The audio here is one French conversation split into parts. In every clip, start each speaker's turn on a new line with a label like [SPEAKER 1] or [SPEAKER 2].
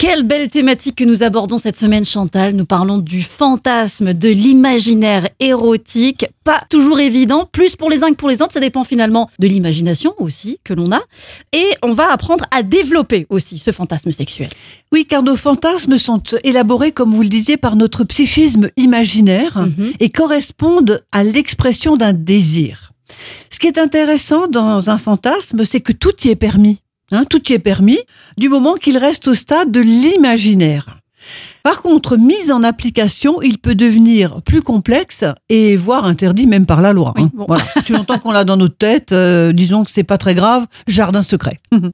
[SPEAKER 1] Quelle belle thématique que nous abordons cette semaine, Chantal. Nous parlons du fantasme, de l'imaginaire érotique. Pas toujours évident, plus pour les uns que pour les autres. Ça dépend finalement de l'imagination aussi que l'on a. Et on va apprendre à développer aussi ce fantasme sexuel.
[SPEAKER 2] Oui, car nos fantasmes sont élaborés, comme vous le disiez, par notre psychisme imaginaire
[SPEAKER 1] Mhm.
[SPEAKER 2] et correspondent à l'expression d'un désir. Ce qui est intéressant dans un fantasme, c'est que tout y est permis. hein, tout y est permis du moment qu'il reste au stade de l'imaginaire. Par contre, mis en application, il peut devenir plus complexe et voire interdit même par la loi.
[SPEAKER 1] Oui,
[SPEAKER 2] hein.
[SPEAKER 1] bon.
[SPEAKER 2] Voilà. Si longtemps qu'on l'a dans notre tête, euh, disons que c'est pas très grave, jardin secret.
[SPEAKER 1] Mm-hmm.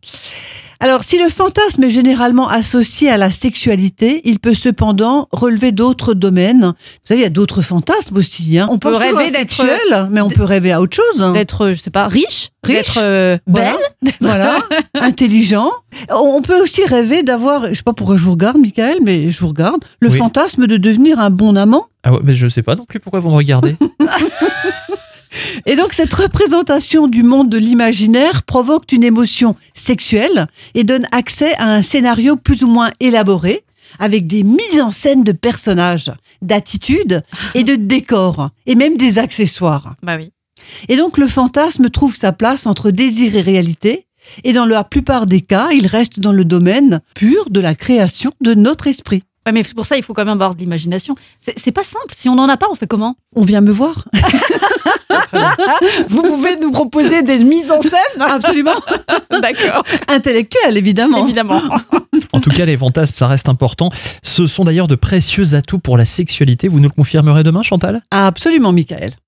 [SPEAKER 2] Alors, si le fantasme est généralement associé à la sexualité, il peut cependant relever d'autres domaines. Vous savez, il y a d'autres fantasmes aussi. hein. On peut
[SPEAKER 1] rêver
[SPEAKER 2] rêver
[SPEAKER 1] d'être-
[SPEAKER 2] d'être mais on peut rêver à autre chose. hein.
[SPEAKER 1] D'être, je sais pas, Ah. riche,
[SPEAKER 2] Riche,
[SPEAKER 1] d'être euh,
[SPEAKER 2] Voilà.
[SPEAKER 1] belle.
[SPEAKER 2] Voilà, intelligent. On peut aussi rêver d'avoir, je sais pas pourquoi je vous regarde, Michael, mais je vous regarde, le
[SPEAKER 3] Oui.
[SPEAKER 2] fantasme de devenir un bon amant.
[SPEAKER 3] Ah ouais, mais je sais pas non plus pourquoi vous me regardez.
[SPEAKER 2] Et donc, cette représentation du monde de l'imaginaire provoque une émotion sexuelle et donne accès à un scénario plus ou moins élaboré, avec des mises en scène de personnages, d'attitudes et de décors, et même des accessoires.
[SPEAKER 1] Bah oui.
[SPEAKER 2] Et donc le fantasme trouve sa place entre désir et réalité, et dans la plupart des cas, il reste dans le domaine pur de la création de notre esprit.
[SPEAKER 1] Ouais, mais pour ça, il faut quand même avoir de l'imagination. C'est c'est pas simple. Si on n'en a pas, on fait comment
[SPEAKER 2] On vient me voir
[SPEAKER 1] Vous pouvez nous proposer des mises en scène
[SPEAKER 2] Absolument
[SPEAKER 1] D'accord,
[SPEAKER 2] Intellectuel, évidemment
[SPEAKER 1] évidemment.
[SPEAKER 3] En tout cas, les fantasmes, ça reste important. Ce sont d'ailleurs de précieux atouts pour la sexualité. Vous nous le confirmerez demain, Chantal
[SPEAKER 2] Absolument, Michael